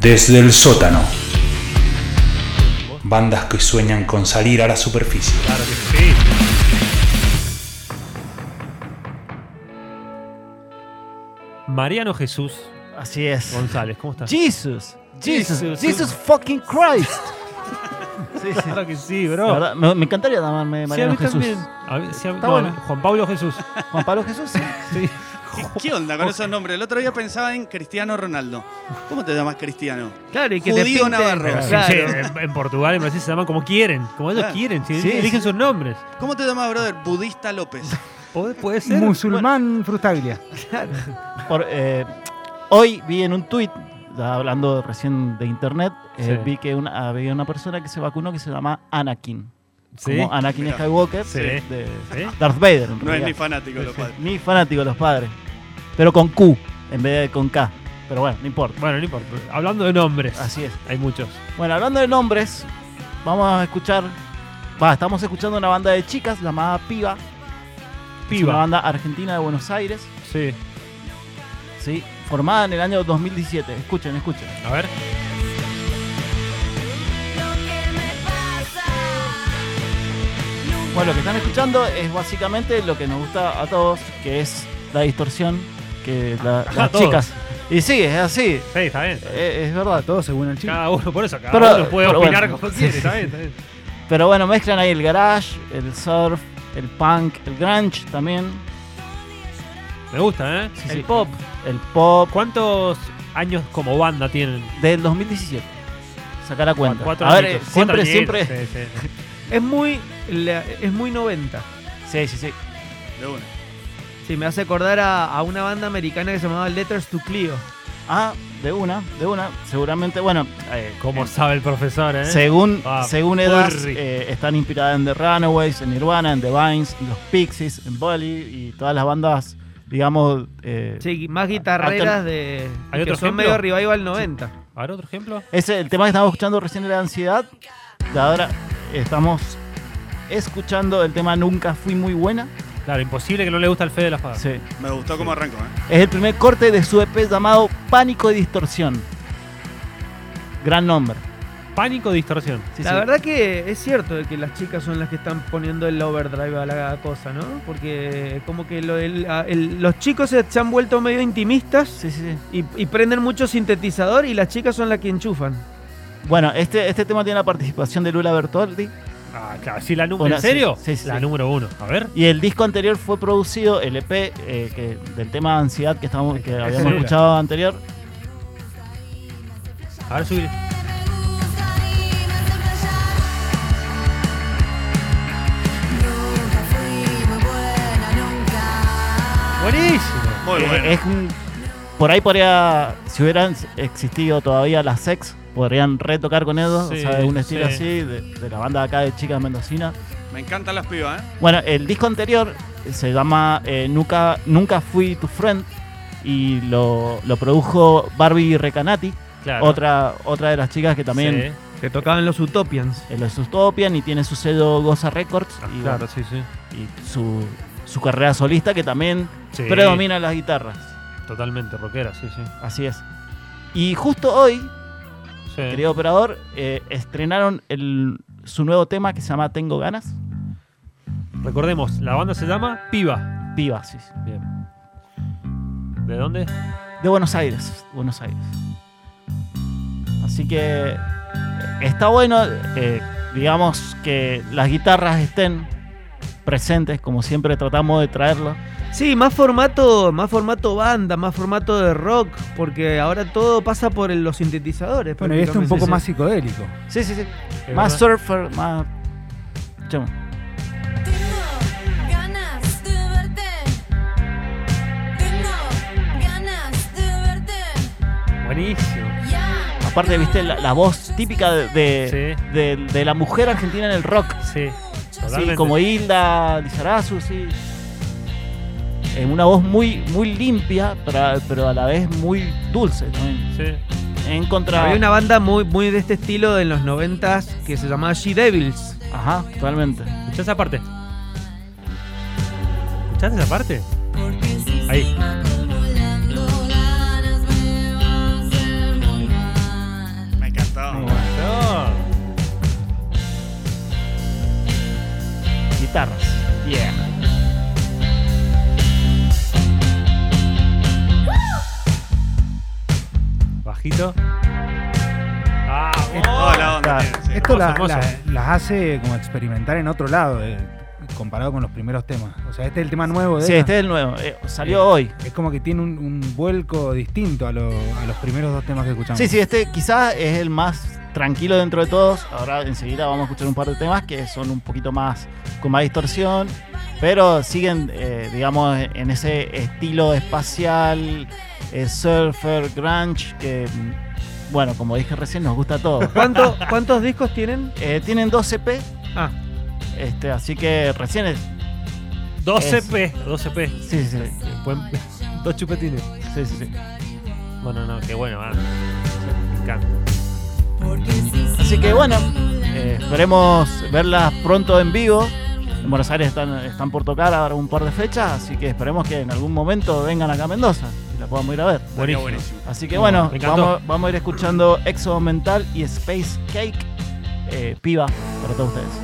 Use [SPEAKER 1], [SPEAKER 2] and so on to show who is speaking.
[SPEAKER 1] Desde el sótano. Bandas que sueñan con salir a la superficie.
[SPEAKER 2] Mariano Jesús
[SPEAKER 3] Así es.
[SPEAKER 2] González, ¿cómo estás?
[SPEAKER 3] Jesus. Jesus.
[SPEAKER 2] Jesus.
[SPEAKER 3] Jesus fucking Christ. Sí, sí.
[SPEAKER 2] Claro que sí,
[SPEAKER 3] La
[SPEAKER 2] bro.
[SPEAKER 3] verdad, me, me encantaría llamarme
[SPEAKER 2] Sí, a
[SPEAKER 3] Mariano
[SPEAKER 2] mí
[SPEAKER 3] Jesús.
[SPEAKER 2] también. A mí- sí, a mí-
[SPEAKER 3] Está
[SPEAKER 2] no,
[SPEAKER 3] bueno.
[SPEAKER 2] Juan Pablo Jesús.
[SPEAKER 3] Juan Pablo Jesús, sí.
[SPEAKER 2] Sí.
[SPEAKER 4] ¿Qué- ¿Qué onda con esos nombres? El otro día pensaba en Cristiano Ronaldo. ¿Cómo te llamas Cristiano?
[SPEAKER 5] Claro, y que te
[SPEAKER 4] Judío
[SPEAKER 5] pinten-
[SPEAKER 4] Navarro.
[SPEAKER 5] Claro.
[SPEAKER 2] Sí, en, en Portugal, en Brasil se llaman como quieren, como ellos
[SPEAKER 4] Claro.
[SPEAKER 2] quieren, sí,
[SPEAKER 3] Sí,
[SPEAKER 2] eligen sus nombres.
[SPEAKER 4] ¿Cómo te llamas, brother? Budista López.
[SPEAKER 2] Puede, puede ser.
[SPEAKER 5] Musulmán Frutaglia.
[SPEAKER 3] Por, eh, hoy vi en un tuit, ya hablando recién de internet, eh,
[SPEAKER 2] Sí.
[SPEAKER 3] vi que una, había una persona que se vacunó que se llama Anakin.
[SPEAKER 2] Sí.
[SPEAKER 3] Como Anakin
[SPEAKER 4] Mirá.
[SPEAKER 3] Skywalker
[SPEAKER 2] Sí.
[SPEAKER 3] de
[SPEAKER 2] Sí.
[SPEAKER 3] Darth Vader. en
[SPEAKER 4] No es
[SPEAKER 3] realidad.
[SPEAKER 4] ni fanático, lo cual.
[SPEAKER 3] Ni fanático de los padres. Pero con Q en vez de con K. Pero bueno, no importa.
[SPEAKER 2] Bueno, no importa. Hablando de nombres,
[SPEAKER 3] Así es.
[SPEAKER 2] hay muchos.
[SPEAKER 3] Bueno, hablando de nombres, vamos a escuchar. Va, estamos escuchando una banda de chicas llamada Piva. Es una
[SPEAKER 2] Piba.
[SPEAKER 3] banda argentina de Buenos Aires.
[SPEAKER 2] Sí.
[SPEAKER 3] Sí, formada en el año 2017. Escuchen, escuchen.
[SPEAKER 2] A ver.
[SPEAKER 3] Bueno, lo que están escuchando es básicamente lo que nos gusta a todos, que es la distorsión que la-
[SPEAKER 2] A
[SPEAKER 3] las
[SPEAKER 2] todos.
[SPEAKER 3] chicas. Y sí, es así, Eh,
[SPEAKER 2] Sí, está bien.
[SPEAKER 3] es, es verdad.
[SPEAKER 5] Todo según el chico.
[SPEAKER 2] Cada uno, por eso, cada
[SPEAKER 3] Pero-
[SPEAKER 2] uno puede
[SPEAKER 3] pero
[SPEAKER 2] opinar
[SPEAKER 3] bueno.
[SPEAKER 2] como
[SPEAKER 3] Sí,
[SPEAKER 2] quiere,
[SPEAKER 3] sí,
[SPEAKER 2] está
[SPEAKER 3] sí.
[SPEAKER 2] bien, está bien.
[SPEAKER 3] Pero bueno, mezclan ahí el garage, el surf, el punk, el grunge también,
[SPEAKER 2] Me gusta, ¿eh?
[SPEAKER 3] Sí,
[SPEAKER 2] el
[SPEAKER 3] sí.
[SPEAKER 2] pop.
[SPEAKER 3] el pop
[SPEAKER 2] ¿Cuántos años como banda tienen?
[SPEAKER 3] del 2017. Sacar a cuenta.
[SPEAKER 2] Cuatro
[SPEAKER 3] a ver,
[SPEAKER 2] añitos,
[SPEAKER 3] eh,
[SPEAKER 2] cuatro
[SPEAKER 3] siempre, siempre.
[SPEAKER 2] añitos, sí, sí.
[SPEAKER 5] Es muy, la- es muy 90.
[SPEAKER 3] Sí, sí, sí.
[SPEAKER 4] De una.
[SPEAKER 5] Sí, me hace acordar a, a una banda americana que se llamaba Letters to Clio.
[SPEAKER 3] Ah, de una, de una. Seguramente, bueno, eh,
[SPEAKER 2] Como
[SPEAKER 3] eh,
[SPEAKER 2] sabe el profesor, ¿eh?
[SPEAKER 3] según,
[SPEAKER 2] Ah,
[SPEAKER 3] según edad,
[SPEAKER 2] Furry.
[SPEAKER 3] eh, están inspiradas en The Runaways, en Nirvana, en The Vines, en los Pixies, en Bully y todas las bandas, digamos. eh,
[SPEAKER 5] Sí, más guitarreras de.
[SPEAKER 2] ¿Hay
[SPEAKER 5] que
[SPEAKER 2] otro
[SPEAKER 5] son
[SPEAKER 2] ejemplo?
[SPEAKER 5] medio revival 90.
[SPEAKER 2] A ver, otro ejemplo.
[SPEAKER 3] Ese, el tema que estábamos escuchando recién era Ansiedad. Y ahora estamos escuchando el tema Nunca Fui Muy Buena.
[SPEAKER 2] Claro, imposible que no le gusta el fe de la espada.
[SPEAKER 3] Sí.
[SPEAKER 4] Me gustó cómo arrancó, ¿eh?
[SPEAKER 3] Es el primer corte de su EP llamado Pánico y Distorsión. Gran nombre.
[SPEAKER 2] Pánico, distorsión.
[SPEAKER 3] Sí,
[SPEAKER 5] la
[SPEAKER 3] sí.
[SPEAKER 5] verdad que es cierto de que las chicas son las que están poniendo el overdrive a la cosa, ¿no? Porque como que lo- el- a- el- los chicos se, se han vuelto medio intimistas
[SPEAKER 3] Sí, sí, sí.
[SPEAKER 5] y, y prenden mucho sintetizador y las chicas son las que enchufan.
[SPEAKER 3] Bueno, este, este tema tiene la participación de Lula Bertoldi
[SPEAKER 2] Ah, claro. Sí, la número.
[SPEAKER 3] Hola,
[SPEAKER 2] ¿En serio?
[SPEAKER 3] sí, sí, sí,
[SPEAKER 2] la
[SPEAKER 3] sí.
[SPEAKER 2] número uno. A ver.
[SPEAKER 3] y el disco anterior fue producido, el EP eh, que- del tema Ansiedad que, estábamos- que habíamos
[SPEAKER 2] Lula.
[SPEAKER 3] escuchado anterior.
[SPEAKER 2] A ver, subir. Buenísimo.
[SPEAKER 4] Muy
[SPEAKER 3] Eh,
[SPEAKER 4] bueno.
[SPEAKER 3] es un- por ahí podría, si hubieran existido todavía las sex, podrían retocar con ellos,
[SPEAKER 2] Sí,
[SPEAKER 3] o sea, de un estilo
[SPEAKER 2] sí.
[SPEAKER 3] así, de, de la banda de acá de Chicas Mendocina.
[SPEAKER 4] Me encantan las pibas, ¿eh?
[SPEAKER 3] Bueno, el disco anterior se llama eh, Nunca, Nunca Fui Tu Friend y lo, lo produjo Barbie Recanati,
[SPEAKER 2] Claro. Ah,
[SPEAKER 3] otra, otra de las chicas que también...
[SPEAKER 2] Sí.
[SPEAKER 5] Que tocaban los Utopians.
[SPEAKER 3] en los Utopian y tiene su sello Goza Records
[SPEAKER 2] Ah,
[SPEAKER 3] y,
[SPEAKER 2] claro, sí, sí.
[SPEAKER 3] y su, su carrera solista que también
[SPEAKER 2] Sí.
[SPEAKER 3] predomina las guitarras.
[SPEAKER 2] Totalmente rockera, sí, sí.
[SPEAKER 3] Así es. Y justo hoy,
[SPEAKER 2] Sí.
[SPEAKER 3] querido operador, eh, estrenaron el- su nuevo tema que se llama Tengo Ganas.
[SPEAKER 2] Recordemos, la banda se llama Piba.
[SPEAKER 3] Viva, sí, sí.
[SPEAKER 2] Bien. ¿De dónde?
[SPEAKER 3] De Buenos Aires. Buenos Aires. Así que eh, está bueno, eh, digamos, que las guitarras estén presentes, como siempre tratamos de traerlo.
[SPEAKER 5] Sí, más formato, más formato banda, más formato de rock, porque ahora todo pasa por el- los sintetizadores.
[SPEAKER 3] Bueno,
[SPEAKER 5] prácticamente.
[SPEAKER 3] y
[SPEAKER 5] esto
[SPEAKER 3] esto
[SPEAKER 5] es
[SPEAKER 3] un poco
[SPEAKER 5] más
[SPEAKER 6] psicodélico.
[SPEAKER 3] Sí, sí, sí.
[SPEAKER 2] Es
[SPEAKER 3] Más
[SPEAKER 2] verdad.
[SPEAKER 3] surfer, más... Escuchemos.
[SPEAKER 7] Tengo ganas de verte. Tengo ganas de verte.
[SPEAKER 2] Buenísimo.
[SPEAKER 7] Ya.
[SPEAKER 3] Aparte, viste la, la voz típica de, de-
[SPEAKER 2] Sí.
[SPEAKER 3] de- de la mujer argentina en el rock.
[SPEAKER 2] Sí.
[SPEAKER 3] Sí,
[SPEAKER 2] Totalmente.
[SPEAKER 3] como Hilda Lizarazu, sí. Eh, una voz muy, muy limpia, pero, pero a la vez muy dulce también.
[SPEAKER 2] Sí.
[SPEAKER 3] En contra.
[SPEAKER 5] Había una banda muy, muy de este estilo de los noventas que se llamaba She Devils.
[SPEAKER 3] Ajá, totalmente.
[SPEAKER 2] ¿Escuchás esa parte? ¿Escuchás esa parte? Ahí.
[SPEAKER 7] Acumulando ganas me va a hacer muy mal.
[SPEAKER 2] bajito. Ah,
[SPEAKER 4] Toda la onda.
[SPEAKER 3] Claro.
[SPEAKER 4] tiene, sí.
[SPEAKER 6] Esto la-
[SPEAKER 2] hermoso,
[SPEAKER 6] la-
[SPEAKER 2] hermoso.
[SPEAKER 6] las hace como experimentar en otro lado, eh, comparado con los primeros temas. O sea, este es el tema nuevo de
[SPEAKER 3] Sí,
[SPEAKER 6] ella.
[SPEAKER 3] este es el nuevo. eh, salió hoy.
[SPEAKER 6] Es como que tiene un, un vuelco distinto a, lo- a los primeros dos temas que escuchamos.
[SPEAKER 3] Sí, sí, este quizás es el más tranquilo dentro de todos. Ahora enseguida vamos a escuchar un par de temas que son un poquito más con más distorsión, pero siguen, eh, digamos, en ese estilo espacial, eh, surfer, grunge, que, mm, bueno, como dije recién, nos gusta todo. Eh,
[SPEAKER 5] ¿Cuánto- ¿Cuántos discos tienen?
[SPEAKER 3] tienen 12 P,
[SPEAKER 5] Ah,
[SPEAKER 3] este, así que recién es-
[SPEAKER 2] 12
[SPEAKER 3] Es-
[SPEAKER 2] P. 12 P.
[SPEAKER 3] Sí, sí, sí.
[SPEAKER 2] Buen- Dos chupetines.
[SPEAKER 3] sí, sí, sí.
[SPEAKER 2] Bueno, no, qué bueno. ah. Me encanta.
[SPEAKER 3] Así que bueno, eh, esperemos verlas pronto en vivo. En Buenos Aires están, están por tocar ahora un par de fechas, así que esperemos que en algún momento vengan acá a Mendoza y la podamos ir a ver.
[SPEAKER 4] Estaría
[SPEAKER 2] Buenísimo.
[SPEAKER 4] buenísimo.
[SPEAKER 3] Así que
[SPEAKER 2] Mm,
[SPEAKER 3] bueno,
[SPEAKER 2] me encantó.
[SPEAKER 3] vamos, vamos a ir escuchando Exo Mental y Space Cake, eh, piba, para todos ustedes.